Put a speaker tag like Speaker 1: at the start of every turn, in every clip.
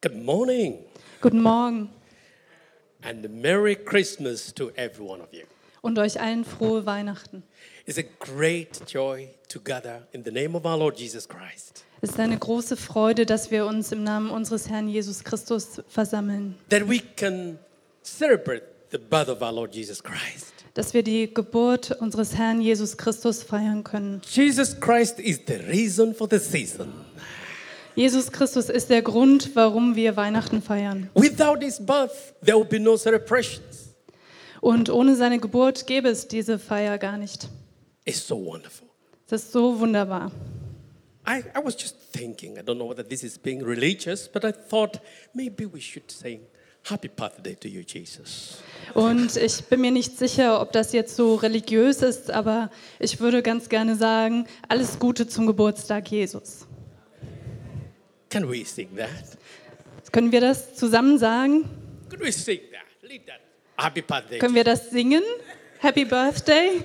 Speaker 1: Good morning
Speaker 2: Guten Morgen
Speaker 1: and Merry Christmas to every one of you.
Speaker 2: und euch allen frohe Weihnachten.
Speaker 1: It's a great joy to gather in the name of our Lord Jesus Christ,
Speaker 2: Es ist eine große Freude, dass wir uns im Namen unseres Herrn Jesus Christus versammeln,
Speaker 1: that we can celebrate the birth of our Lord Jesus Christ.
Speaker 2: dass wir die Geburt unseres Herrn Jesus Christus feiern können.
Speaker 1: Jesus Christ is the reason for the season.
Speaker 2: Jesus Christus ist der Grund, warum wir Weihnachten feiern.
Speaker 1: Without his birth, there will be no celebrations.
Speaker 2: Und ohne seine Geburt gäbe es diese Feier gar nicht.
Speaker 1: It's so wonderful.
Speaker 2: Das ist so wunderbar.
Speaker 1: I, I was just thinking, I don't know whether this is being religious, but I thought maybe we should sing Happy Birthday to you, Jesus.
Speaker 2: Und ich bin mir nicht sicher, ob das jetzt so religiös ist, aber ich würde ganz gerne sagen, alles Gute zum Geburtstag Jesus.
Speaker 1: Can we sing that?
Speaker 2: Können wir das zusammen sagen?
Speaker 1: Could we sing that? Lead that. Happy birthday.
Speaker 2: Können wir das singen? Happy Birthday?
Speaker 3: Happy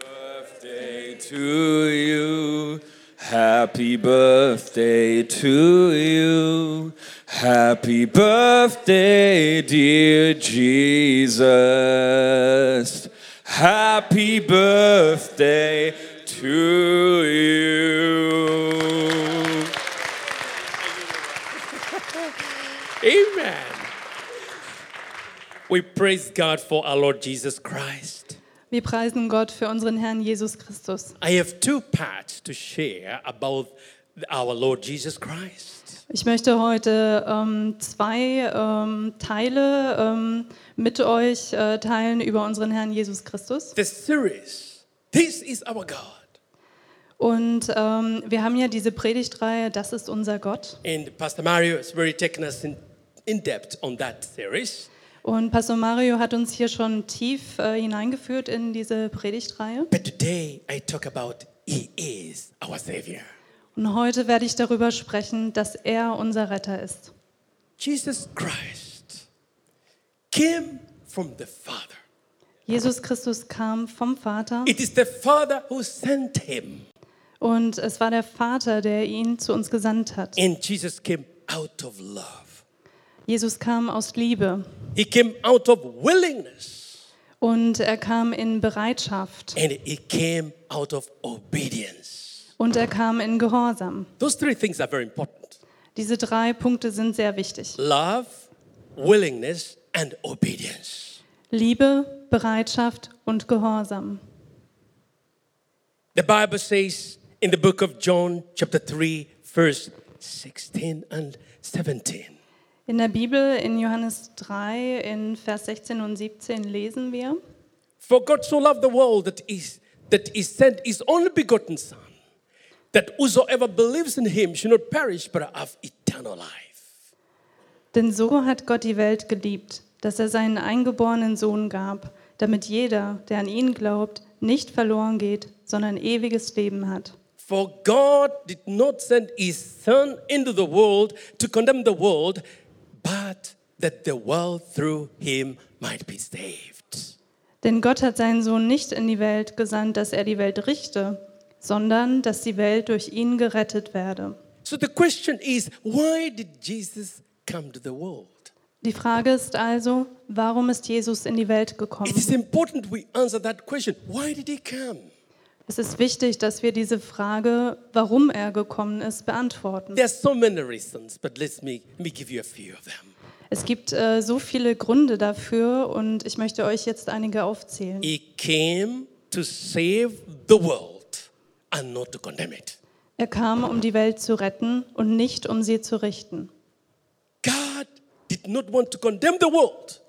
Speaker 3: birthday to you. Happy birthday to you. Happy birthday, dear Jesus. Happy birthday to you.
Speaker 1: Amen. We praise God for our Lord Jesus Christ.
Speaker 2: Wir preisen Gott für unseren Herrn Jesus Christus.
Speaker 1: I have two parts to share about our Lord Jesus Christ.
Speaker 2: Ich möchte heute ähm, zwei ähm, Teile ähm, mit euch äh, teilen über unseren Herrn Jesus Christus.
Speaker 1: The series, This is Our God.
Speaker 2: Und ähm, wir haben ja diese Predigtreihe, das ist unser Gott.
Speaker 1: And Pastor Mario has very taken us in, in depth on that series.
Speaker 2: Und Pastor Mario hat uns hier schon tief äh, hineingeführt in diese Predigtreihe.
Speaker 1: But today I talk about He is our Savior.
Speaker 2: Und heute werde ich darüber sprechen, dass er unser Retter ist.
Speaker 1: Jesus Christ came from the Father.
Speaker 2: Jesus Christus kam vom Vater
Speaker 1: It is the Father who sent him.
Speaker 2: und es war der Vater, der ihn zu uns gesandt hat.
Speaker 1: And Jesus came out of love.
Speaker 2: Jesus kam aus Liebe
Speaker 1: He came out of willingness.
Speaker 2: und er kam in Bereitschaft
Speaker 1: And he came out of obedience.
Speaker 2: und er kam in Gehorsam.
Speaker 1: Those three things are very important
Speaker 2: Diese drei Punkte sind sehr wichtig.
Speaker 1: love, willingness, and obedience.
Speaker 2: Liebe, Bereitschaft und Gehorsam.
Speaker 1: The Bible says in the book of John, chapter 3, verse 16 and 17.
Speaker 2: In der Bibel in Johannes 3 in Vers 16 und 17 lesen wir,
Speaker 1: For God so loved the world that is that he sent his only begotten Son, that whosoever believes in him should not perish but have eternal life.
Speaker 2: denn so hat Gott die Welt geliebt, dass er seinen eingeborenen Sohn gab, damit jeder, der an ihn glaubt, nicht verloren geht, sondern ewiges Leben hat.
Speaker 1: For God did not send his Son into the world to condemn the world, but that the world through him might be saved.
Speaker 2: Denn Gott hat seinen Sohn nicht in die Welt gesandt, dass er die Welt richte, sondern dass die Welt durch ihn gerettet werde.
Speaker 1: So the question is why did Jesus come to the world?
Speaker 2: Die Frage ist also, warum ist Jesus in die Welt gekommen?
Speaker 1: It is important we answer that question. Why did he come?
Speaker 2: Es ist wichtig, dass wir diese Frage, warum er gekommen ist, beantworten.
Speaker 1: There are so many reasons, but let me, let me give you a few of them.
Speaker 2: Es gibt äh, so viele Gründe dafür und ich möchte euch jetzt einige aufzählen.
Speaker 1: He came to save the world and not to condemn it.
Speaker 2: Er kam, um die Welt zu retten und nicht, um sie zu richten.
Speaker 1: God did not want to condemn the world,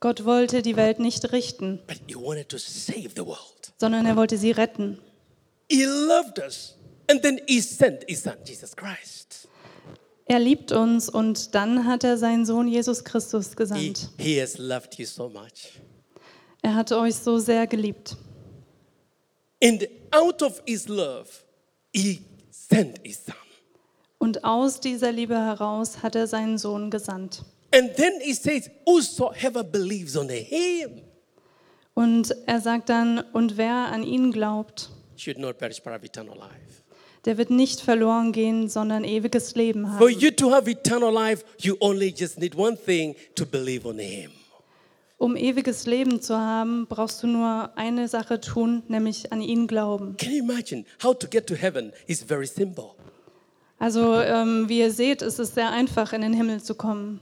Speaker 2: Gott wollte die Welt nicht richten,
Speaker 1: but He wanted to save the world.
Speaker 2: sondern er wollte sie retten.
Speaker 1: He loved us, and then He sent His Son, Jesus Christ.
Speaker 2: Er liebt uns und dann hat er seinen Sohn Jesus Christus
Speaker 1: He,
Speaker 2: gesandt.
Speaker 1: he has loved you so much.
Speaker 2: Er hat euch so sehr geliebt.
Speaker 1: And out of His love, He sent His Son.
Speaker 2: Und aus dieser Liebe heraus hat er seinen Sohn gesandt.
Speaker 1: And then He says, Whosoever believes on Him
Speaker 2: Und er sagt dann, und wer an ihn glaubt,
Speaker 1: should not perish but have eternal life.
Speaker 2: der wird nicht verloren gehen, sondern ewiges Leben haben.
Speaker 1: For you to have eternal life, you only just need one thing to believe on Him.
Speaker 2: Um ewiges Leben zu haben, brauchst du nur eine Sache tun, nämlich an ihn glauben.
Speaker 1: Can you imagine how to get to heaven is very simple?
Speaker 2: Also ähm, wie ihr seht, ist es sehr einfach, in den Himmel zu kommen.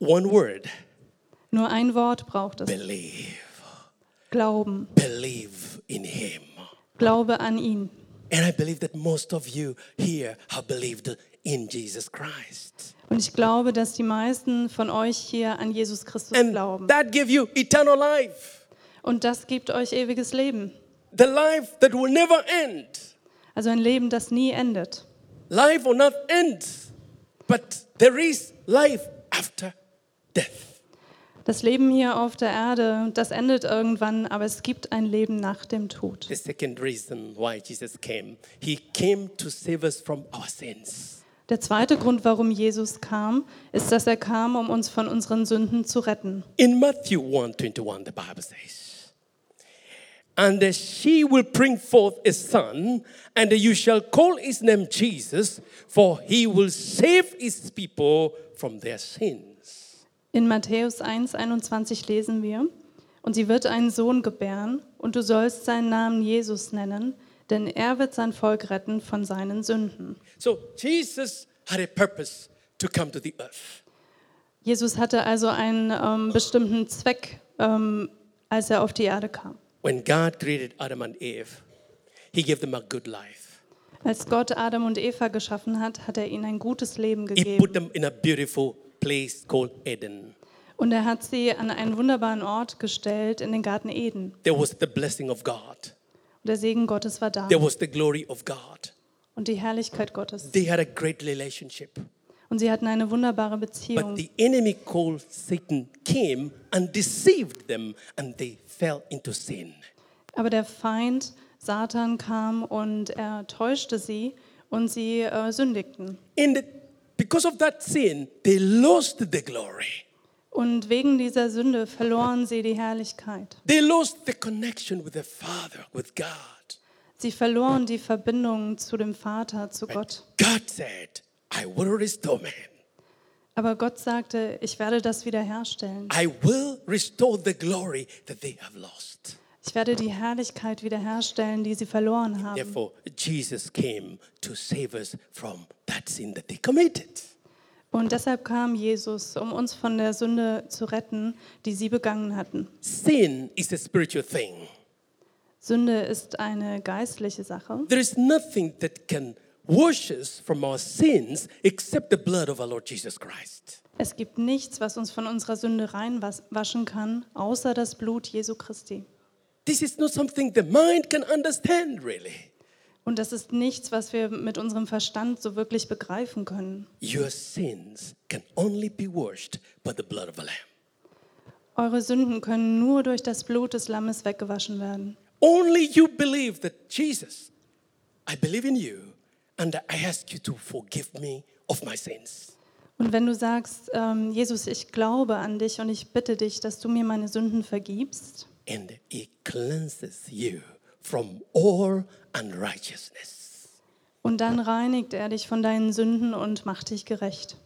Speaker 1: One word
Speaker 2: Nur ein Wort braucht es.
Speaker 1: believe.
Speaker 2: Glauben.
Speaker 1: Believe in Him.
Speaker 2: Glaube an ihn.
Speaker 1: And I believe that most of you here have believed in Jesus Christ.
Speaker 2: Und ich glaube, dass die meisten von euch hier an Jesus Christus
Speaker 1: And
Speaker 2: glauben.
Speaker 1: that gives you eternal life,
Speaker 2: Und das gibt euch ewiges Leben.
Speaker 1: the life that will never end.
Speaker 2: Also ein Leben, das nie endet.
Speaker 1: Life will not end, but there is life after death.
Speaker 2: Das Leben hier auf der Erde, das endet irgendwann, aber es gibt ein Leben nach dem Tod.
Speaker 1: The second reason why Jesus came, he came to save us from our sins.
Speaker 2: Der zweite Grund, warum Jesus kam, ist, dass er kam, um uns von unseren Sünden zu retten.
Speaker 1: In Matthew 1 21, the Bible says, And that she will bring forth a son, and you shall call his name Jesus, for he will save his people from their sins.
Speaker 2: In Matthäus 1,21 lesen wir: Und sie wird einen Sohn gebären, und du sollst seinen Namen Jesus nennen, denn er wird sein Volk retten von seinen Sünden.
Speaker 1: So Jesus had a purpose to come to the earth.
Speaker 2: Jesus hatte also einen ähm, bestimmten Zweck, ähm, als er auf die Erde kam.
Speaker 1: When God created Adam and Eve, he gave them a good life.
Speaker 2: Als Gott Adam und Eva geschaffen hat, hat er ihnen ein gutes Leben
Speaker 1: He
Speaker 2: gegeben.
Speaker 1: put them in a beautiful place called Eden.
Speaker 2: Und er hat sie an einen wunderbaren Ort gestellt, in den Garten Eden.
Speaker 1: There was the blessing of God.
Speaker 2: Und der Segen Gottes war da
Speaker 1: There was the glory of God.
Speaker 2: und die Herrlichkeit Gottes.
Speaker 1: They had a great relationship.
Speaker 2: Und sie hatten eine wunderbare
Speaker 1: But
Speaker 2: Beziehung.
Speaker 1: the enemy called Satan came and deceived them, and they fell into sin.
Speaker 2: Aber der Feind, Satan, kam und er täuschte sie und sie äh, sündigten.
Speaker 1: In the, because of that sin, they lost the glory.
Speaker 2: Und wegen dieser Sünde verloren sie die Herrlichkeit.
Speaker 1: They lost the connection with the Father, with God.
Speaker 2: Sie verloren die Verbindung zu dem Vater, zu Gott.
Speaker 1: God said, I will restore man.
Speaker 2: Aber Gott sagte, ich werde das wiederherstellen.
Speaker 1: I will restore the glory that they have lost.
Speaker 2: Ich werde die Herrlichkeit wiederherstellen, die sie verloren haben.
Speaker 1: Therefore, Jesus came to save us from that sin that they committed.
Speaker 2: Und deshalb kam Jesus, um uns von der Sünde zu retten, die sie begangen hatten.
Speaker 1: Sin is a spiritual thing.
Speaker 2: Sünde ist eine geistliche Sache.
Speaker 1: There is nothing that can wash us from our sins except the blood of our Lord Jesus Christ.
Speaker 2: Es gibt nichts, was uns von unserer Sünde reinwaschen kann, außer das Blut Jesu Christi.
Speaker 1: This is not something the mind can understand, really.
Speaker 2: Und das ist nichts, was wir mit unserem Verstand so wirklich begreifen können.
Speaker 1: Your sins can only be washed by the blood of a lamb.
Speaker 2: Eure Sünden können nur durch das Blut des Lammes weggewaschen werden.
Speaker 1: Only you believe that Jesus, I believe in you, and I ask you to forgive me of my sins.
Speaker 2: Und wenn du sagst, ähm, Jesus, ich glaube an dich und ich bitte dich, dass du mir meine Sünden vergibst,
Speaker 1: And it cleanses you from all unrighteousness.
Speaker 2: und dann reinigt er dich von deinen Sünden und macht dich gerecht.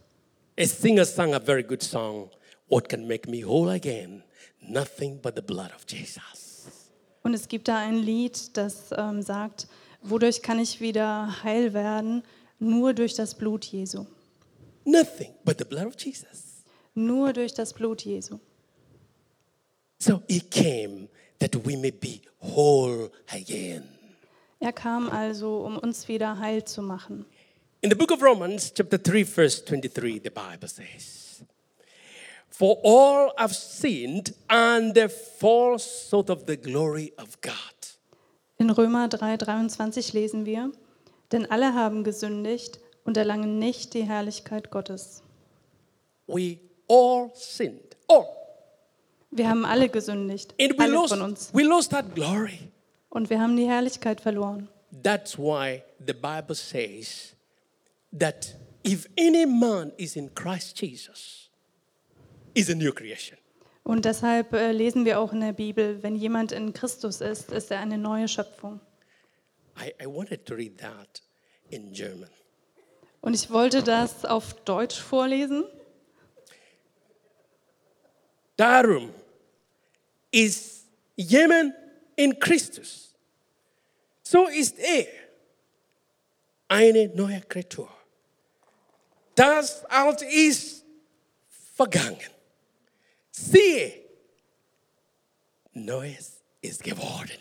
Speaker 1: A singer sang a very good song, What Can Make Me Whole Again? Nothing but the blood of Jesus.
Speaker 2: Und es gibt da ein Lied, das ähm, sagt, wodurch kann ich wieder heil werden? Nur durch das Blut Jesu.
Speaker 1: Nothing but the blood of Jesus.
Speaker 2: Nur durch das Blut Jesu.
Speaker 1: So he came that we may be whole again.
Speaker 2: Er kam also, um uns wieder heil zu machen.
Speaker 1: In the book of Romans, chapter 3, verse 23, the Bible says, For all have sinned and fall short of the glory of God.
Speaker 2: In Römer 3,23 lesen wir: Denn alle haben gesündigt und erlangen nicht die Herrlichkeit Gottes.
Speaker 1: We all sinned. All.
Speaker 2: Wir haben alle gesündigt,
Speaker 1: And we
Speaker 2: alle
Speaker 1: lost,
Speaker 2: von uns.
Speaker 1: we lost that glory.
Speaker 2: Und wir haben die Herrlichkeit verloren.
Speaker 1: That's why the Bible says that if any man is in Christ Jesus, is a new creation.
Speaker 2: Und deshalb äh, lesen wir auch in der Bibel: Wenn jemand in Christus ist, ist er eine neue Schöpfung.
Speaker 1: I, I wanted to read that in German.
Speaker 2: Und ich wollte das auf Deutsch vorlesen.
Speaker 1: Darum ist jemand in Christus. So ist er eine neue Kreatur. Das Alte ist vergangen. Siehe, Neues ist geworden.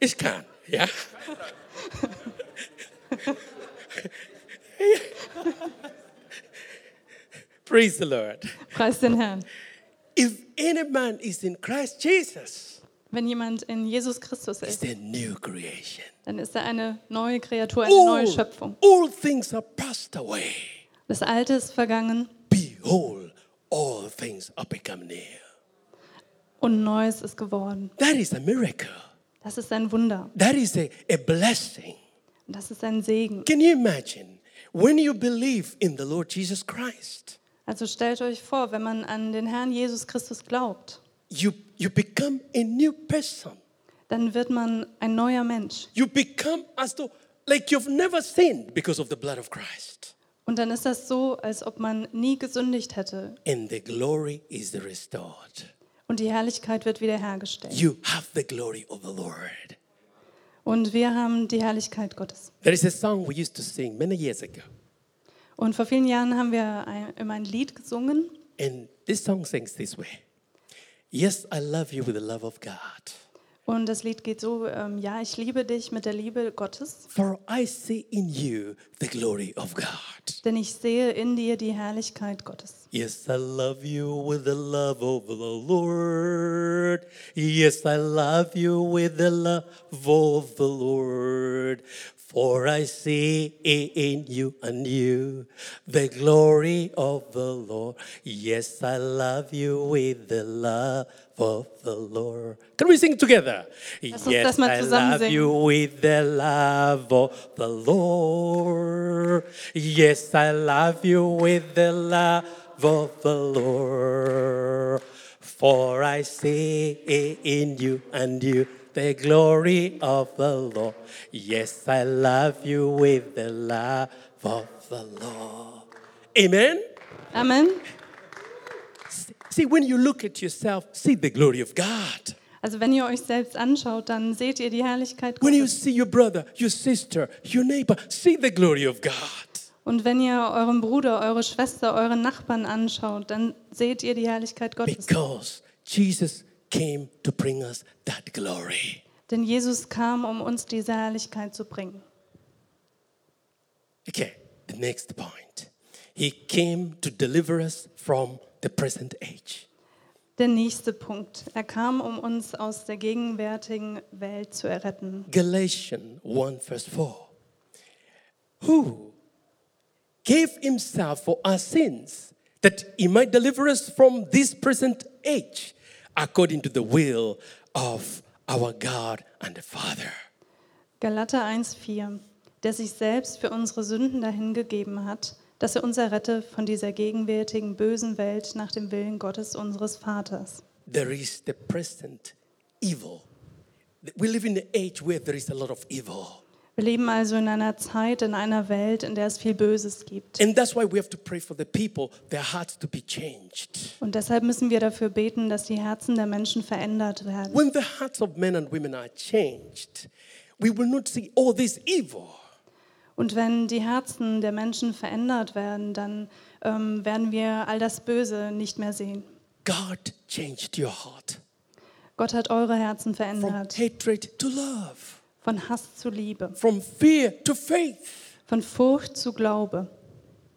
Speaker 1: Ich kann, ja. Praise the Lord.
Speaker 2: Preis den Herrn.
Speaker 1: If any man is in Christ Jesus,
Speaker 2: Wenn jemand in Jesus Christus
Speaker 1: is
Speaker 2: ist,
Speaker 1: a new creation.
Speaker 2: dann ist er eine neue Kreatur, eine
Speaker 1: Uh.
Speaker 2: neue Schöpfung.
Speaker 1: all things are passed away.
Speaker 2: Das Alte ist vergangen
Speaker 1: Behold, all things are become new.
Speaker 2: und Neues ist geworden.
Speaker 1: That is a miracle.
Speaker 2: Das ist ein Wunder.
Speaker 1: That is a, a blessing.
Speaker 2: Und das ist ein Segen.
Speaker 1: Can you imagine when you believe in the Lord Jesus Christ?
Speaker 2: Also stellt euch vor, wenn man an den Herrn Jesus Christus glaubt,
Speaker 1: You, you become a new person.
Speaker 2: dann wird man ein neuer Mensch.
Speaker 1: You become as though, like you've never sinned because of the blood of Christ.
Speaker 2: Und dann ist das so, als ob man nie gesündigt hätte.
Speaker 1: And the glory is restored.
Speaker 2: Und die Herrlichkeit wird wiederhergestellt.
Speaker 1: You have the glory of the Lord.
Speaker 2: Und wir haben die Herrlichkeit Gottes.
Speaker 1: There is a song we used to sing many years ago.
Speaker 2: Und vor vielen Jahren haben wir ein, immer ein Lied gesungen.
Speaker 1: And this song sings this way Yes, I love you with the love of God.
Speaker 2: Und das Lied geht so, ähm, ja, ich liebe dich mit der Liebe Gottes,
Speaker 1: For I see in you the glory of God.
Speaker 2: denn ich sehe in dir die Herrlichkeit Gottes.
Speaker 1: Yes, I love you with the love of the Lord. Yes, I love you with the love of the Lord. For I see in you and you the glory of the Lord. Yes, I love you with the love of the Lord. Can we sing together?
Speaker 2: uns das
Speaker 1: yes,
Speaker 2: mal
Speaker 1: I
Speaker 2: zusammen
Speaker 1: love
Speaker 2: singen.
Speaker 1: you with the love of the Lord. Yes, I love you with the love of the Lord. For I see in you and you the glory of the Lord. Yes, I love you with the love of the Lord. Amen.
Speaker 2: Amen.
Speaker 1: See, when you look at yourself, see the glory of God.
Speaker 2: Also wenn ihr euch selbst anschaut, dann seht ihr die Herrlichkeit
Speaker 1: When you
Speaker 2: Gottes.
Speaker 1: see your brother, your sister, your neighbor, see the glory of God.
Speaker 2: Und wenn ihr euren Bruder, eure Schwester, euren Nachbarn anschaut, dann seht ihr die Herrlichkeit Gottes.
Speaker 1: Because Jesus came to bring us that glory.
Speaker 2: Denn Jesus kam, um uns diese Herrlichkeit zu bringen.
Speaker 1: Okay, the next point. He came to deliver us from the present age.
Speaker 2: Der nächste Punkt. Er kam, um uns aus der gegenwärtigen Welt zu erretten.
Speaker 1: Galatians 1, verse 4. Who gave himself for our sins that he might deliver us from this present age according to the will of our God and Father.
Speaker 2: Galater 1,4 Der sich selbst für unsere Sünden dahingegeben hat, dass er uns errette von dieser gegenwärtigen bösen Welt nach dem Willen Gottes unseres Vaters.
Speaker 1: there is the present evil. We live in an age where there is a lot of evil.
Speaker 2: Wir leben also in einer Zeit, in einer Welt, in der es viel Böses gibt.
Speaker 1: And that's why we have to pray for the people, their hearts to be changed.
Speaker 2: Und deshalb müssen wir dafür beten, dass die Herzen der Menschen verändert werden.
Speaker 1: When the hearts of men and women are changed, we will not see all this evil.
Speaker 2: Und wenn die Herzen der Menschen verändert werden, dann ähm, werden wir all das Böse nicht mehr sehen.
Speaker 1: God changed your heart
Speaker 2: Gott hat eure Herzen
Speaker 1: from
Speaker 2: verändert.
Speaker 1: hatred to love,
Speaker 2: Von Hass zu Liebe,
Speaker 1: from fear to faith.
Speaker 2: von Furcht zu Glaube.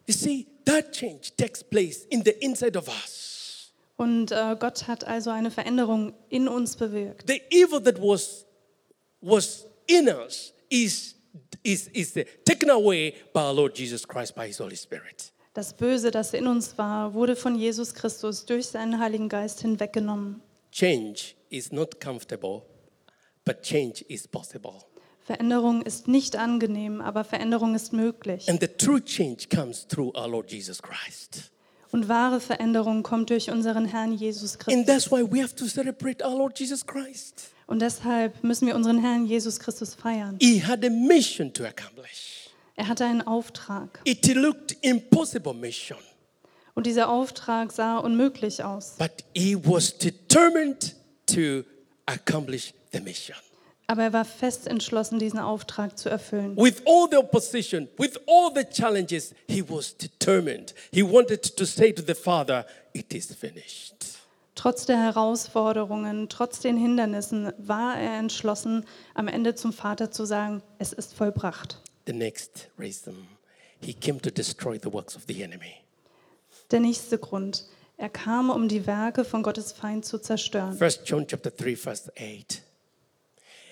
Speaker 1: You see, that change takes place in the inside of us.
Speaker 2: Und äh, Gott hat also eine Veränderung in uns bewirkt.
Speaker 1: the evil that was was in us is is is uh, taken away by our Lord Jesus Christ by His Holy Spirit.
Speaker 2: Das Böse, das in uns war, wurde von Jesus Christus durch seinen Heiligen Geist hinweggenommen.
Speaker 1: Change is not comfortable, but change is possible.
Speaker 2: Veränderung ist nicht angenehm, aber Veränderung ist möglich.
Speaker 1: And the true change comes through our Lord Jesus Christ.
Speaker 2: Und wahre Veränderung kommt durch unseren Herrn Jesus Christus.
Speaker 1: And that's why we have to celebrate our Lord Jesus Christ.
Speaker 2: Und deshalb müssen wir unseren Herrn Jesus Christus feiern.
Speaker 1: He had a mission to accomplish.
Speaker 2: Er hatte einen Auftrag.
Speaker 1: It looked impossible mission,
Speaker 2: Und dieser Auftrag sah unmöglich aus.
Speaker 1: but he was determined to accomplish the mission.
Speaker 2: Aber er war fest entschlossen, diesen Auftrag zu erfüllen.
Speaker 1: With all the opposition, with all the challenges, he was determined. He wanted to say to the Father, It is finished.
Speaker 2: Trotz der Herausforderungen, trotz den Hindernissen war er entschlossen, am Ende zum Vater zu sagen, es ist vollbracht.
Speaker 1: The next reason, he came to destroy the works of the enemy.
Speaker 2: Der nächste Grund. Er kam, um die Werke von Gottes Feind zu zerstören.
Speaker 1: First John chapter 3 verse 8.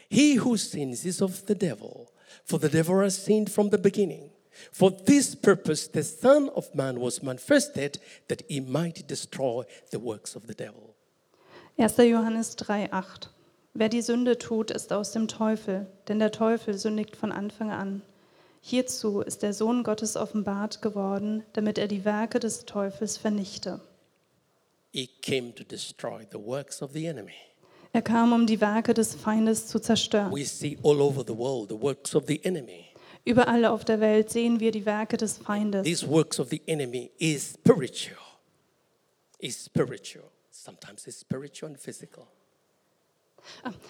Speaker 1: He who sins is of the devil, for the devil has sinned from the beginning. For this purpose the son of man was manifested that he might destroy the works of the devil.
Speaker 2: 1. Johannes 3,8. Wer die Sünde tut, ist aus dem Teufel, denn der Teufel sündigt von Anfang an. Hierzu ist der Sohn Gottes offenbart geworden, damit er die Werke des Teufels vernichte.
Speaker 1: He came to destroy the works of the enemy.
Speaker 2: Er kam, um die Werke des Feindes zu zerstören.
Speaker 1: We see all over the world the works of the enemy.
Speaker 2: Überall auf der Welt sehen wir die Werke des Feindes.
Speaker 1: These works of the enemy is spiritual. Is spiritual. Sometimes it's spiritual and physical.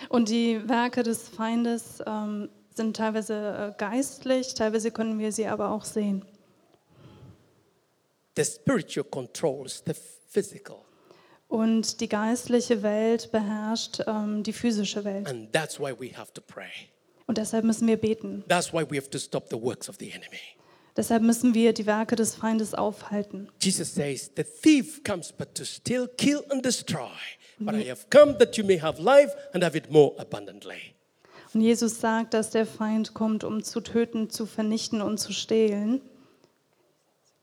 Speaker 2: Und die Werke des Feindes ähm, sind teilweise äh, geistlich, teilweise können wir sie aber auch sehen.
Speaker 1: The spiritual controls the physical.
Speaker 2: Und die geistliche Welt beherrscht ähm, die physische Welt.
Speaker 1: And that's why we have to pray.
Speaker 2: Und deshalb müssen wir beten.
Speaker 1: That's why we have to stop the works of the enemy.
Speaker 2: Deshalb müssen wir die Werke des Feindes aufhalten.
Speaker 1: Jesus says, The thief comes but to steal, kill, and destroy. But I have come that you may have life and have it more abundantly.
Speaker 2: Und Jesus sagt, dass der Feind kommt, um zu töten, zu vernichten und zu stehlen.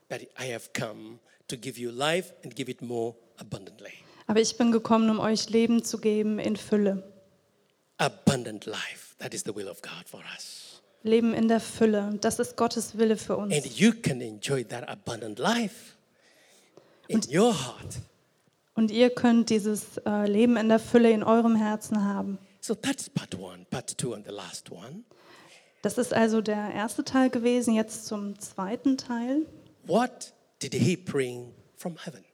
Speaker 1: That I have come to give you life and give it more abundantly.
Speaker 2: Aber ich bin gekommen, um euch Leben zu geben in Fülle.
Speaker 1: Abundant life. That is the will of God for us.
Speaker 2: Leben in der Fülle. Das ist Gottes Wille für uns.
Speaker 1: And you can enjoy that abundant life in your heart.
Speaker 2: Und ihr könnt dieses äh, Leben in der Fülle in eurem Herzen haben.
Speaker 1: So that's part one. Part two, and the last one.
Speaker 2: Das ist also der erste Teil gewesen. Jetzt zum zweiten Teil.
Speaker 1: What did he bring from heaven?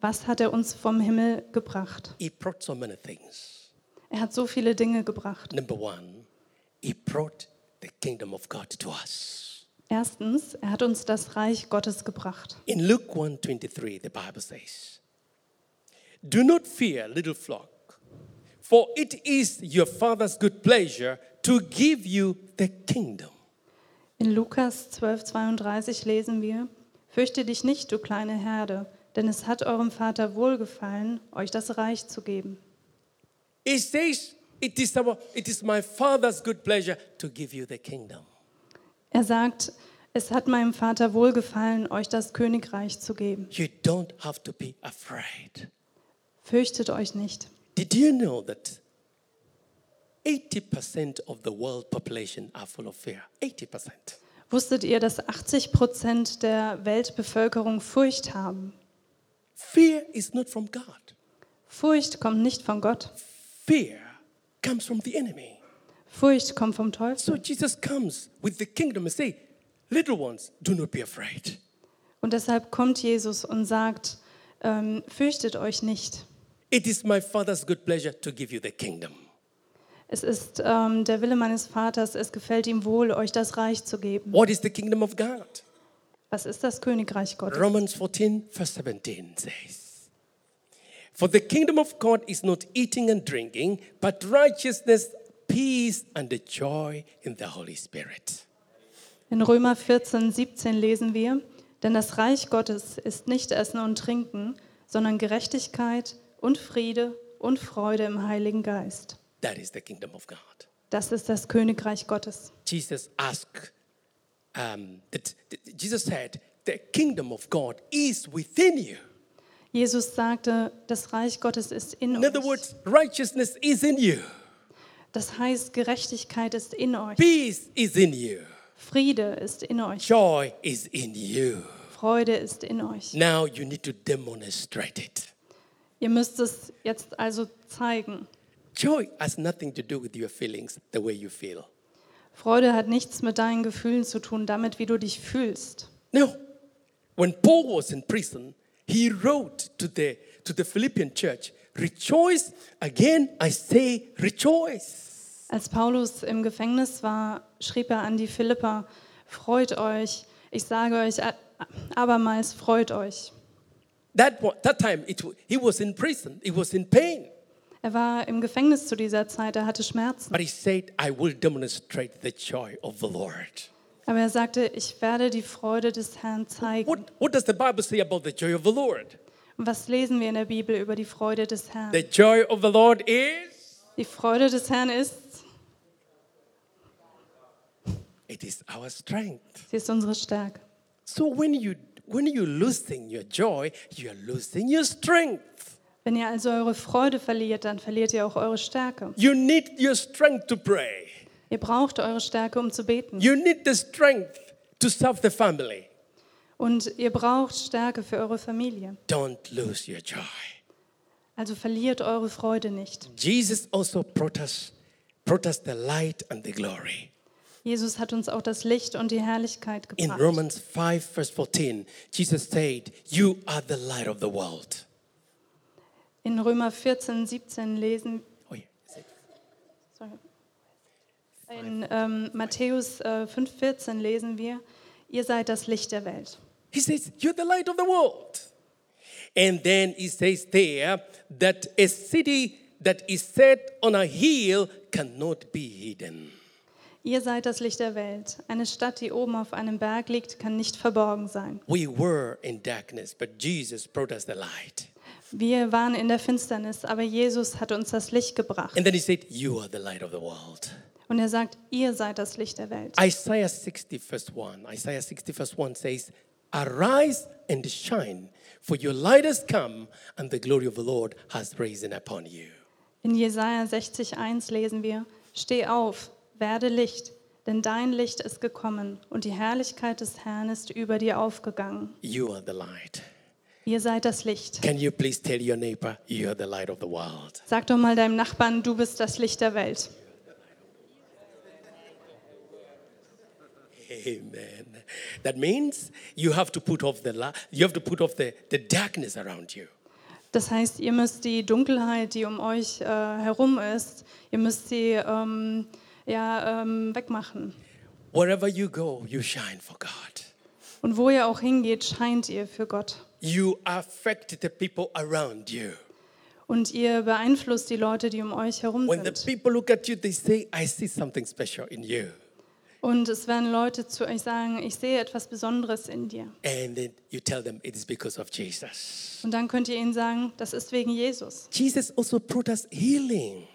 Speaker 2: Was hat er uns vom Himmel gebracht?
Speaker 1: He brought so many things.
Speaker 2: Er hat so viele Dinge gebracht.
Speaker 1: Number one, he brought the kingdom of God to us.
Speaker 2: Erstens, er hat uns das Reich Gottes gebracht.
Speaker 1: In Luke 1:23, the Bible says, Do not fear, little flock, for it is your father's good pleasure to give you the kingdom.
Speaker 2: In Lukas 12, 32 lesen wir, Fürchte dich nicht, du kleine Herde, denn es hat eurem Vater wohlgefallen, euch das Reich zu geben.
Speaker 1: He says, it is, our, it is my father's good pleasure to give you the kingdom.
Speaker 2: Er sagt, es hat meinem Vater wohlgefallen, euch das Königreich zu geben.
Speaker 1: You don't have to be afraid.
Speaker 2: Fürchtet euch nicht.
Speaker 1: Did you know that 80% of the world population are full of fear? 80%.
Speaker 2: Wusstet ihr, dass 80 Prozent der Weltbevölkerung Furcht haben?
Speaker 1: Fear is not from God.
Speaker 2: Furcht kommt nicht von Gott.
Speaker 1: Fear comes from the enemy.
Speaker 2: Furcht kommt vom
Speaker 1: So
Speaker 2: Teufel.
Speaker 1: Jesus comes with the kingdom and say, little ones, do not be afraid.
Speaker 2: Und deshalb kommt Jesus und sagt, ähm, fürchtet euch nicht.
Speaker 1: It is my father's good pleasure to give you the kingdom.
Speaker 2: Es ist ähm, der Wille meines Vaters, es gefällt ihm wohl, euch das Reich zu geben.
Speaker 1: What is the kingdom of God?
Speaker 2: Was ist das Königreich Gottes?
Speaker 1: Romans 14, verse 17 says, For the kingdom of God is not eating and drinking, but righteousness, peace, and the joy in the Holy Spirit.
Speaker 2: In Römer 14, 17 lesen wir, denn das Reich Gottes ist nicht Essen und Trinken, sondern Gerechtigkeit und Friede und Freude im Heiligen Geist.
Speaker 1: That is the kingdom of God.
Speaker 2: Das ist das Königreich Gottes.
Speaker 1: Jesus asked, um, that- that- Jesus said, The kingdom of God is within you.
Speaker 2: Jesus sagte, das Reich Gottes ist in
Speaker 1: In other
Speaker 2: euch.
Speaker 1: words, righteousness is in you,
Speaker 2: Das heißt, Gerechtigkeit ist in euch.
Speaker 1: peace is in you,
Speaker 2: Friede ist in euch.
Speaker 1: joy is in you.
Speaker 2: Freude ist in euch.
Speaker 1: Now you need to demonstrate it.
Speaker 2: Ihr müsst es jetzt also zeigen.
Speaker 1: Joy has nothing to do with your feelings, the way you feel.
Speaker 2: Freude hat nichts mit deinen Gefühlen zu tun, damit wie du dich fühlst.
Speaker 1: No. When Paul was in prison, he wrote to the, to the Philippian church, Rejoice. Again, I say, rejoice.
Speaker 2: Als Paulus im Gefängnis war, schrieb er an die Philipper, freut euch, ich sage euch a- abermals, freut euch.
Speaker 1: That, wa- that time, it, wa- he was in prison, he was in pain.
Speaker 2: Er war im Gefängnis zu dieser Zeit, er hatte Schmerzen.
Speaker 1: But he said, I will demonstrate the joy of the Lord.
Speaker 2: Aber er sagte, ich werde die Freude des Herrn zeigen.
Speaker 1: What, what does the Bible say about the joy of the Lord?
Speaker 2: Und was lesen wir in der Bibel über die Freude des
Speaker 1: The
Speaker 2: Herrn?
Speaker 1: joy of the Lord is,
Speaker 2: Die Freude des Herrn ist,
Speaker 1: it is our strength.
Speaker 2: sie ist unsere Stärke.
Speaker 1: So when you when you're losing your joy, you're losing your strength.
Speaker 2: Wenn ihr also eure Freude verliert, dann verliert ihr auch eure Stärke.
Speaker 1: You need your strength to pray.
Speaker 2: Ihr braucht eure Stärke, um zu beten.
Speaker 1: You need the strength to serve the family.
Speaker 2: Und ihr braucht Stärke für eure Familie.
Speaker 1: Don't lose your joy.
Speaker 2: Also verliert eure Freude nicht.
Speaker 1: Jesus also brought us, brought us the light and the glory.
Speaker 2: Jesus hat uns auch das Licht und die Herrlichkeit
Speaker 1: In
Speaker 2: gebracht.
Speaker 1: Romans 5, verse 14, Jesus said, You are the light of the world.
Speaker 2: In Römer 14, 17 lesen
Speaker 1: Oh, yeah. Is it-
Speaker 2: Sorry. In ähm, Matthäus äh, 5,14 lesen wir, ihr seid das Licht der Welt.
Speaker 1: He says, You're the light of the world. And then he says there that a city that is set on a hill cannot be hidden.
Speaker 2: Ihr seid das Licht der Welt. Eine Stadt, die oben auf einem Berg liegt, kann nicht verborgen sein.
Speaker 1: We were in darkness, but Jesus brought us the light.
Speaker 2: Wir waren in der Finsternis, aber Jesus hat uns das Licht gebracht.
Speaker 1: And then he said, You are the light of the world.
Speaker 2: Und er sagt, ihr seid das Licht der Welt.
Speaker 1: Isaiah 60, verse 1. Isaiah 60, verse 1 says, Arise and shine, for your light has come, and the glory of the Lord has risen upon you.
Speaker 2: In Jesaja 60,1 lesen wir: Steh auf, werde Licht, denn dein Licht ist gekommen und die Herrlichkeit des Herrn ist über dir aufgegangen.
Speaker 1: You are the light.
Speaker 2: Ihr seid das Licht.
Speaker 1: Can you please tell your neighbor, You are the light of the world?
Speaker 2: Sag doch mal deinem Nachbarn, du bist das Licht der Welt.
Speaker 1: Amen. That means you have to put off the la- you have to put off the, the darkness around you.
Speaker 2: Das heißt, ihr müsst die Dunkelheit, die um euch äh, herum ist, ihr müsst sie ähm, ja, ähm, wegmachen.
Speaker 1: Wherever you go, you shine for God.
Speaker 2: Und wo ihr auch hingeht, scheint ihr für Gott.
Speaker 1: You affect the people around you.
Speaker 2: Und ihr beeinflusst die Leute, die um euch herum
Speaker 1: When the
Speaker 2: sind.
Speaker 1: people look at you, they say, I see something special in you.
Speaker 2: Und es werden Leute zu euch sagen, ich sehe etwas Besonderes in dir.
Speaker 1: And then you tell them it is because of Jesus.
Speaker 2: Und dann könnt ihr ihnen sagen, das ist wegen Jesus.
Speaker 1: Jesus also brought us healing.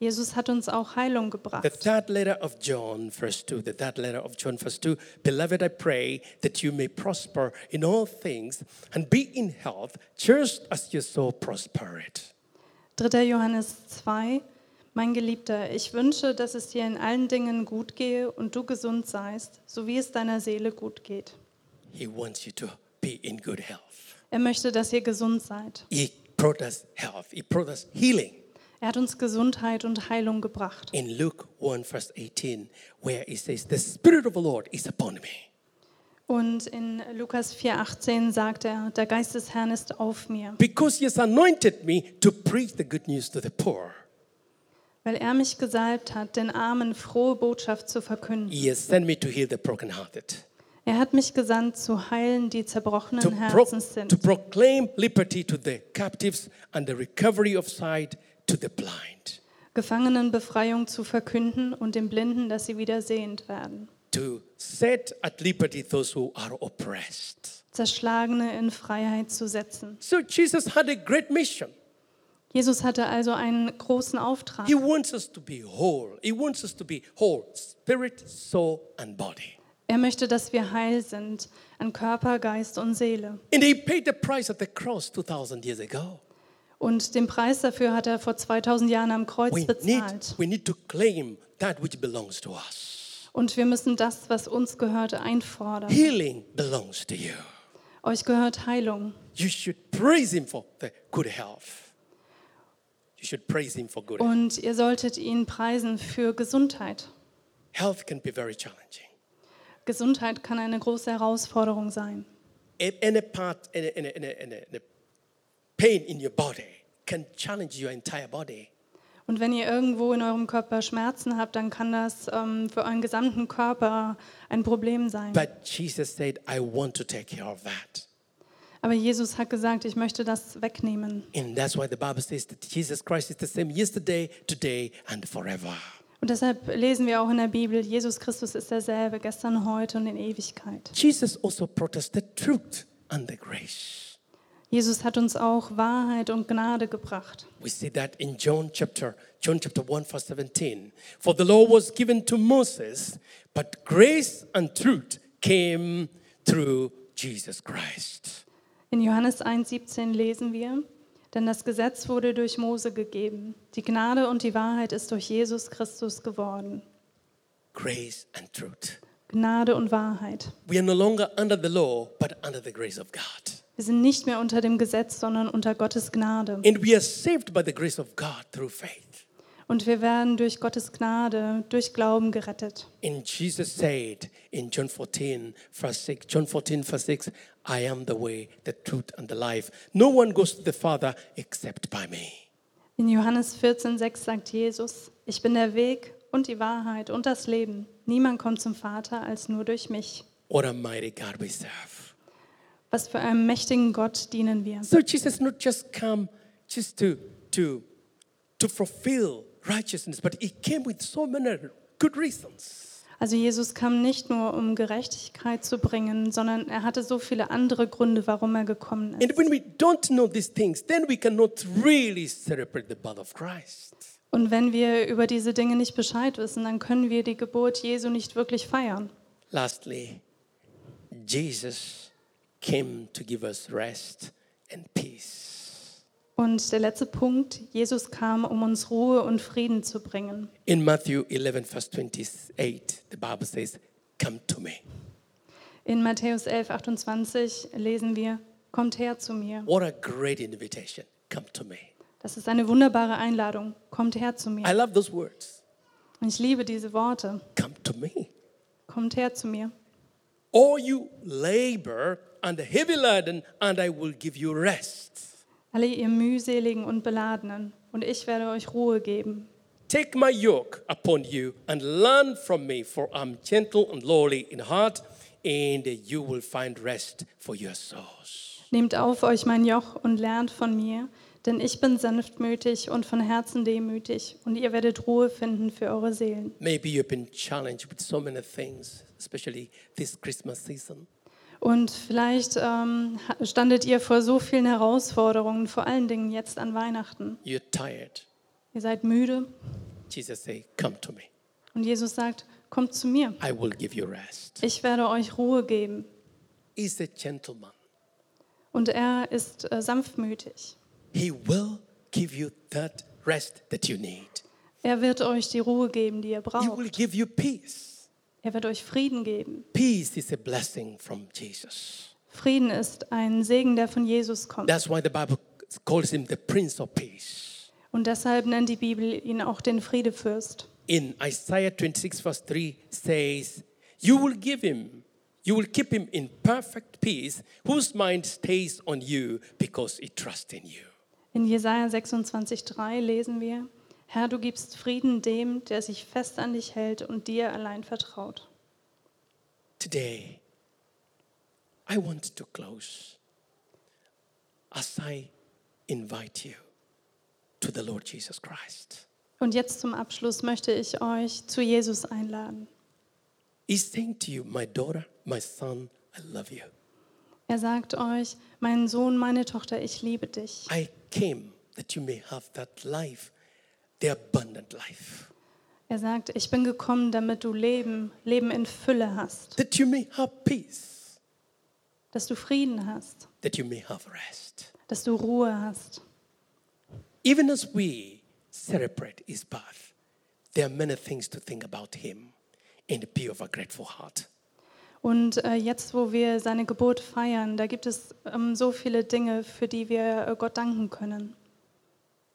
Speaker 2: Jesus hat uns auch Heilung
Speaker 1: The
Speaker 2: gebracht.
Speaker 1: third letter of John, verse 2, the third letter of John, verse 2. Beloved, I pray that you may prosper in all things and be in health, just as your soul prospered.
Speaker 2: 3. Johannes 2. Mein Geliebter, ich wünsche, dass es dir in allen Dingen gut gehe und du gesund seist, so wie es deiner Seele gut geht.
Speaker 1: He wants you to be in good health.
Speaker 2: Er möchte, dass ihr gesund seid.
Speaker 1: He brought us health, He brought us healing.
Speaker 2: Er hat uns Gesundheit und Heilung gebracht.
Speaker 1: In Luke 1, verse 18, where it says, The Spirit of the Lord is upon me.
Speaker 2: Und in Lukas 4,18 sagt er, der Geist des Herrn ist auf mir,
Speaker 1: because he has anointed me to preach the good news to the poor.
Speaker 2: weil er mich gesalbt hat, den Armen frohe Botschaft zu verkünden.
Speaker 1: He has sent me to heal the brokenhearted,
Speaker 2: Er hat mich gesandt, zu heilen, die
Speaker 1: to,
Speaker 2: zerbrochenen
Speaker 1: pro-
Speaker 2: Herzens
Speaker 1: to
Speaker 2: sind,
Speaker 1: proclaim liberty to the captives and the recovery of sight to the blind,
Speaker 2: Gefangenenbefreiung zu verkünden und den Blinden, dass sie wieder sehend werden.
Speaker 1: to set at liberty those who are oppressed.
Speaker 2: Zerschlagene in Freiheit zu setzen.
Speaker 1: So Jesus had a great mission.
Speaker 2: Jesus hatte also einen großen Auftrag.
Speaker 1: He wants us to be whole. He wants us to be whole, spirit, soul, and body.
Speaker 2: Er möchte, dass wir heil sind an Körper, Geist und Seele.
Speaker 1: And he paid the price at the cross 2,000 years ago.
Speaker 2: Und den Preis dafür hat er vor 2000 Jahren am Kreuz
Speaker 1: We need,
Speaker 2: bezahlt.
Speaker 1: we need to claim that which belongs to us.
Speaker 2: Und wir müssen das, was uns gehört, einfordern.
Speaker 1: Healing belongs to you.
Speaker 2: Euch gehört Heilung.
Speaker 1: You should praise him for the good health. You should praise him for good health.
Speaker 2: Und ihr solltet ihn preisen für Gesundheit.
Speaker 1: Health can be very challenging.
Speaker 2: Gesundheit kann eine große Herausforderung sein.
Speaker 1: A- Any part, any, any, any, any, any pain in your body can challenge your entire body.
Speaker 2: Und wenn ihr irgendwo in eurem Körper Schmerzen habt, dann kann das ähm, für euren gesamten Körper ein Problem sein.
Speaker 1: But Jesus said, I want to take care of that.
Speaker 2: Aber Jesus hat gesagt, ich möchte das wegnehmen.
Speaker 1: And that's why the Bible says that Jesus Christ is the same yesterday, today, and forever.
Speaker 2: Und deshalb lesen wir auch in der Bibel, Jesus Christus ist derselbe, gestern, heute und in Ewigkeit.
Speaker 1: Jesus also brought us the truth and the grace.
Speaker 2: Jesus hat uns auch Wahrheit und Gnade gebracht.
Speaker 1: We see that in John chapter, John chapter 1, verse 17. For the law was given to Moses, but grace and truth came through Jesus Christ.
Speaker 2: In Johannes 1,17 lesen wir, denn das Gesetz wurde durch Mose gegeben. Die Gnade und die Wahrheit ist durch Jesus Christus geworden.
Speaker 1: Grace and truth.
Speaker 2: Gnade und Wahrheit.
Speaker 1: We are no longer under the law, but under the grace of God.
Speaker 2: Wir sind nicht mehr unter dem Gesetz, sondern unter Gottes Gnade.
Speaker 1: And we are saved by the grace of God through faith.
Speaker 2: Und wir werden durch Gottes Gnade, durch Glauben gerettet.
Speaker 1: And Jesus said in John 14, verse 6, John 14, verse 6, I am the way, the truth, and the life. No one goes to the Father except by me.
Speaker 2: In Johannes 14,6 sagt Jesus: Ich bin der Weg und die Wahrheit und das Leben. Niemand kommt zum Vater als nur durch mich.
Speaker 1: What a mighty God we serve.
Speaker 2: Was für einem mächtigen Gott dienen wir.
Speaker 1: So Jesus not just come just to to to fulfill righteousness, but he came with so many good reasons.
Speaker 2: Also Jesus kam nicht nur, um Gerechtigkeit zu bringen, sondern er hatte so viele andere Gründe, warum er gekommen
Speaker 1: And
Speaker 2: ist.
Speaker 1: when we don't know these things, then we cannot really celebrate the birth of Christ.
Speaker 2: Und wenn wir über diese Dinge nicht Bescheid wissen, dann können wir die Geburt Jesu nicht wirklich feiern.
Speaker 1: Lastly, Jesus came to give us rest and peace.
Speaker 2: Und der letzte Punkt, Jesus kam, um uns Ruhe und Frieden zu bringen.
Speaker 1: In Matthew 11, verse 28, the Bible says, Come to me.
Speaker 2: In Matthäus 11, 28 lesen wir, kommt her zu mir.
Speaker 1: What a great invitation. Come to me.
Speaker 2: Das ist eine wunderbare Einladung. Kommt her zu
Speaker 1: I
Speaker 2: mir.
Speaker 1: love those words.
Speaker 2: Und ich liebe diese Worte.
Speaker 1: Come to me.
Speaker 2: Kommt her zu mir.
Speaker 1: All you labor and a heavy laden, and I will give you rest.
Speaker 2: Alle ihr mühseligen und beladenen, und ich werde euch Ruhe geben.
Speaker 1: Take my yoke upon you and learn from me, for I'm gentle and lowly in heart, and you will find rest for your souls.
Speaker 2: Nehmt auf euch mein Joch und lernt von mir, denn ich bin sanftmütig und von Herzen demütig, und ihr werdet Ruhe finden für eure Seelen.
Speaker 1: Maybe you've been challenged with so many things, especially this Christmas season.
Speaker 2: Und vielleicht ähm, standet ihr vor so vielen Herausforderungen, vor allen Dingen jetzt an Weihnachten.
Speaker 1: You're tired.
Speaker 2: Ihr seid müde,
Speaker 1: Jesus said, Come to me.
Speaker 2: Und Jesus sagt, kommt zu mir.
Speaker 1: I will give you rest.
Speaker 2: Ich werde euch Ruhe geben.
Speaker 1: He's a gentleman.
Speaker 2: Und er ist äh, sanftmütig.
Speaker 1: He will give you that rest that you need.
Speaker 2: Er wird euch die Ruhe geben, die ihr
Speaker 1: He will
Speaker 2: braucht.
Speaker 1: give you peace.
Speaker 2: Er wird euch Frieden geben.
Speaker 1: Peace is a blessing from Jesus.
Speaker 2: Frieden ist ein Segen, der von Jesus kommt.
Speaker 1: That's why the Bible calls him the Prince of Peace.
Speaker 2: Und deshalb nennt die Bibel ihn auch den Friedefürst.
Speaker 1: in Isaiah 26, verse 3 says, You will give him, you will keep him in perfect peace, whose mind stays on you because he trusts in you.
Speaker 2: In Jesaja 26,3 lesen wir: Herr, du gibst Frieden dem, der sich fest an dich hält und dir allein vertraut.
Speaker 1: Today, I want to close as I invite you to the Lord Jesus Christ.
Speaker 2: Und jetzt zum Abschluss möchte ich euch zu Jesus einladen.
Speaker 1: He's saying to you, My daughter, my son, I love you.
Speaker 2: Er sagt euch, mein Sohn, meine Tochter, ich liebe dich.
Speaker 1: I came that you may have that life, the abundant life.
Speaker 2: Er sagt, ich bin gekommen, damit du Leben, Leben in Fülle hast,
Speaker 1: that you may have peace,
Speaker 2: dass du Frieden hast,
Speaker 1: that you may have rest.
Speaker 2: dass du Ruhe hast.
Speaker 1: Even as we celebrate his birth, there are many things to think about him and be of a grateful heart.
Speaker 2: Und äh, jetzt, wo wir seine Geburt feiern, da gibt es ähm, so viele Dinge, für die wir äh, Gott danken können.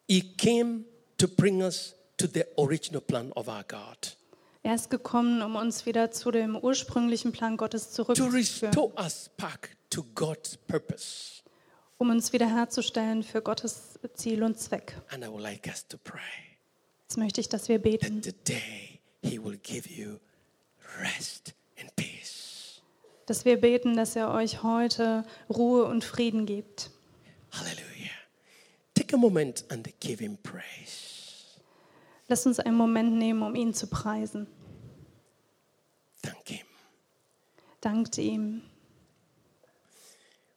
Speaker 1: He came to bring us to the original plan of our God,
Speaker 2: Er ist gekommen, um uns wieder zu dem ursprünglichen Plan Gottes
Speaker 1: to
Speaker 2: zurückzuführen,
Speaker 1: restore us back to God's purpose.
Speaker 2: um uns wiederherzustellen für Gottes Ziel und Zweck.
Speaker 1: And I would like us to pray
Speaker 2: Jetzt möchte ich, dass wir beten,
Speaker 1: that today He will give you rest and peace.
Speaker 2: dass wir beten, dass er euch heute Ruhe und Frieden gibt.
Speaker 1: Hallelujah. Take a moment and give Him praise.
Speaker 2: Lasst uns einen Moment nehmen, um ihn zu preisen.
Speaker 1: Thank Him.
Speaker 2: Dankt ihm.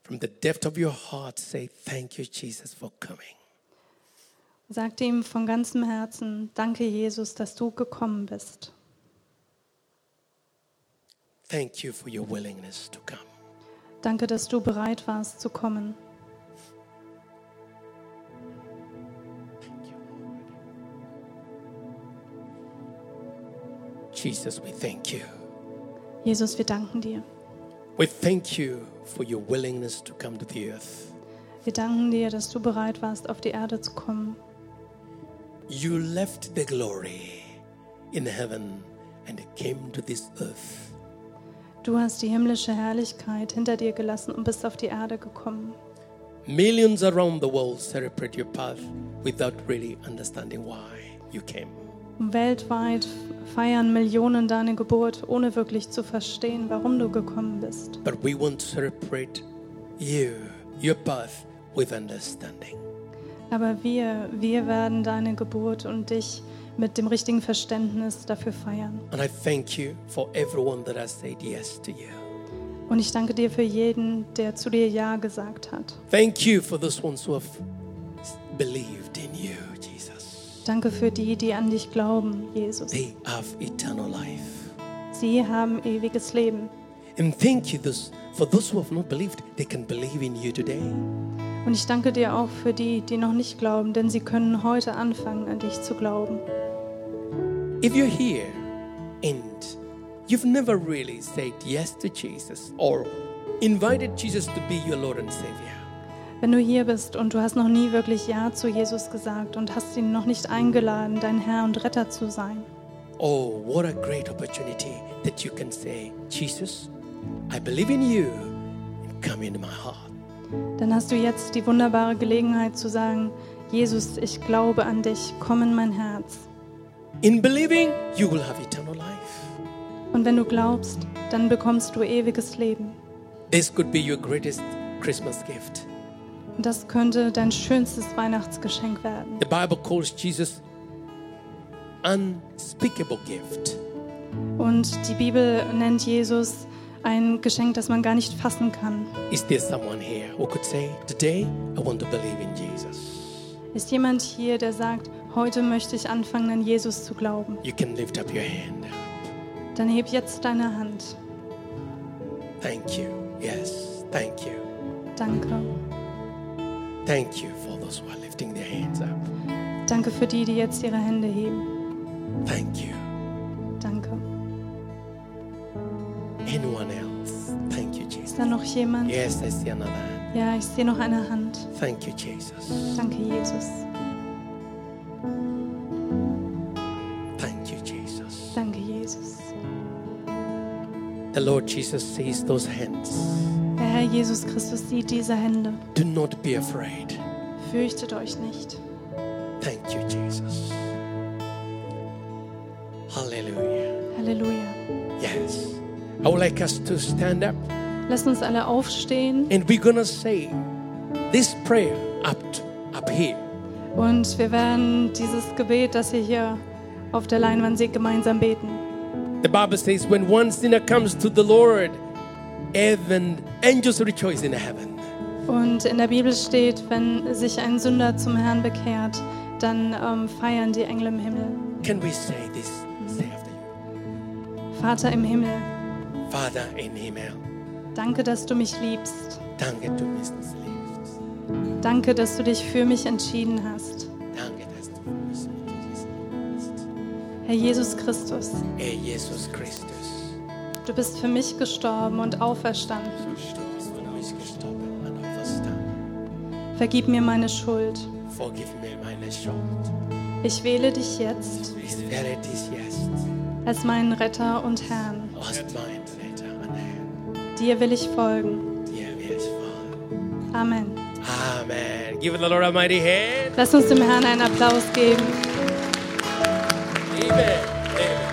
Speaker 1: From the depth of your heart, say, Thank you, Jesus, for coming.
Speaker 2: Sagt ihm von ganzem Herzen, danke Jesus, dass du gekommen bist.
Speaker 1: Thank you for your willingness to come.
Speaker 2: Danke, dass du bereit warst zu kommen.
Speaker 1: Jesus, we thank you.
Speaker 2: Jesus, wir danken dir.
Speaker 1: We thank you for your willingness to come to the earth.
Speaker 2: Wir danken dir, dass du bereit warst, auf die Erde zu kommen.
Speaker 1: You left the glory in heaven and came to this earth.
Speaker 2: Du hast die himmlische Herrlichkeit hinter dir gelassen und bist auf die Erde gekommen.
Speaker 1: Millions around the world celebrate your path without really understanding why you came.
Speaker 2: Weltweit feiern Millionen deine Geburt, ohne wirklich zu verstehen, warum du gekommen bist.
Speaker 1: But we want to celebrate you, your path, with understanding.
Speaker 2: Aber wir, wir werden deine Geburt und dich mit dem richtigen Verständnis dafür feiern.
Speaker 1: And I thank you for everyone that has said yes to you.
Speaker 2: Und ich danke dir für jeden, der zu dir Ja gesagt hat.
Speaker 1: Thank you for those ones who have believed in you, Jesus.
Speaker 2: Danke für die, die an dich glauben, Jesus.
Speaker 1: They have eternal life.
Speaker 2: Sie haben ewiges Leben.
Speaker 1: And thank you those, for those who have not believed, they can believe in you today.
Speaker 2: Und ich danke dir auch für die, die noch nicht glauben, denn sie können heute anfangen, an dich zu glauben.
Speaker 1: If you're here and you've never really said yes to Jesus or invited Jesus to be your Lord and Savior,
Speaker 2: Wenn du hier bist und du hast noch nie wirklich Ja zu Jesus gesagt und hast ihn noch nicht eingeladen, dein Herr und Retter zu sein,
Speaker 1: oh, what a great opportunity that you can say, Jesus, I believe in you and come into my heart.
Speaker 2: dann hast du jetzt die wunderbare Gelegenheit zu sagen, Jesus, ich glaube an dich, komm in mein Herz.
Speaker 1: In believing, you will have eternal life.
Speaker 2: Und wenn du glaubst, dann bekommst du ewiges Leben.
Speaker 1: This could be your greatest Christmas gift.
Speaker 2: Und das könnte dein schönstes Weihnachtsgeschenk werden.
Speaker 1: The Bible calls Jesus unspeakable gift.
Speaker 2: Und die Bibel nennt Jesus ein Geschenk, das man gar nicht fassen kann.
Speaker 1: Is there someone here who could say, Today I want to believe in Jesus?
Speaker 2: Ist jemand hier, der sagt, heute möchte ich anfangen, an Jesus zu glauben?
Speaker 1: You can lift up your hand.
Speaker 2: Dann heb jetzt deine Hand.
Speaker 1: Thank you. Yes. Thank you.
Speaker 2: Danke.
Speaker 1: Thank you for those who are lifting their hands up.
Speaker 2: Danke für die, die jetzt ihre Hände heben.
Speaker 1: Thank you.
Speaker 2: Danke.
Speaker 1: Anyone else? Thank you, Jesus.
Speaker 2: Ist da noch jemand?
Speaker 1: Yes, I see another hand.
Speaker 2: Ja, ich sehe noch eine Hand.
Speaker 1: Thank you, Jesus.
Speaker 2: Danke, Jesus.
Speaker 1: Thank you, Jesus.
Speaker 2: Danke, Jesus.
Speaker 1: The Lord Jesus sees those hands.
Speaker 2: Der Herr Jesus Christus sieht diese Hände.
Speaker 1: Do not be afraid.
Speaker 2: Fürchtet euch nicht.
Speaker 1: Thank you, Jesus. Hallelujah.
Speaker 2: Halleluja.
Speaker 1: Yes. I would like us to stand up
Speaker 2: Lasst uns alle aufstehen
Speaker 1: and we're going to say this prayer up, up here.
Speaker 2: und wir werden dieses Gebet, das ihr hier auf der Leinwand seht, gemeinsam beten.
Speaker 1: The Bible says, when one sinner comes to the Lord, heaven, angels rejoice in heaven.
Speaker 2: Und in der Bibel steht, wenn sich ein Sünder zum Herrn bekehrt, dann ähm, feiern die Engel im Himmel.
Speaker 1: Can we say this? Say after you.
Speaker 2: Vater im Himmel,
Speaker 1: Father in Himmel,
Speaker 2: danke, dass du mich liebst.
Speaker 1: danke du bist liebst.
Speaker 2: Danke, dass du dich für mich entschieden hast.
Speaker 1: Danke, dass du mich liebst.
Speaker 2: Herr Jesus Christus,
Speaker 1: Herr Jesus Eh, Christus,
Speaker 2: Du bist für mich gestorben und auferstanden.
Speaker 1: Du bist für mich gestorben und auferstanden.
Speaker 2: Vergib mir meine Schuld.
Speaker 1: Vergib mir meine Schuld.
Speaker 2: Ich wähle dich jetzt
Speaker 1: Ich wähle dich jetzt
Speaker 2: als meinen Retter und Herrn.
Speaker 1: aus meinem Väter und Herrn.
Speaker 2: Dir will ich folgen.
Speaker 1: Dir will ich folgen.
Speaker 2: Amen.
Speaker 1: Amen. Give the Lord a mighty hand.
Speaker 2: Lass uns dem Herrn einen Applaus geben.
Speaker 1: Amen. Amen.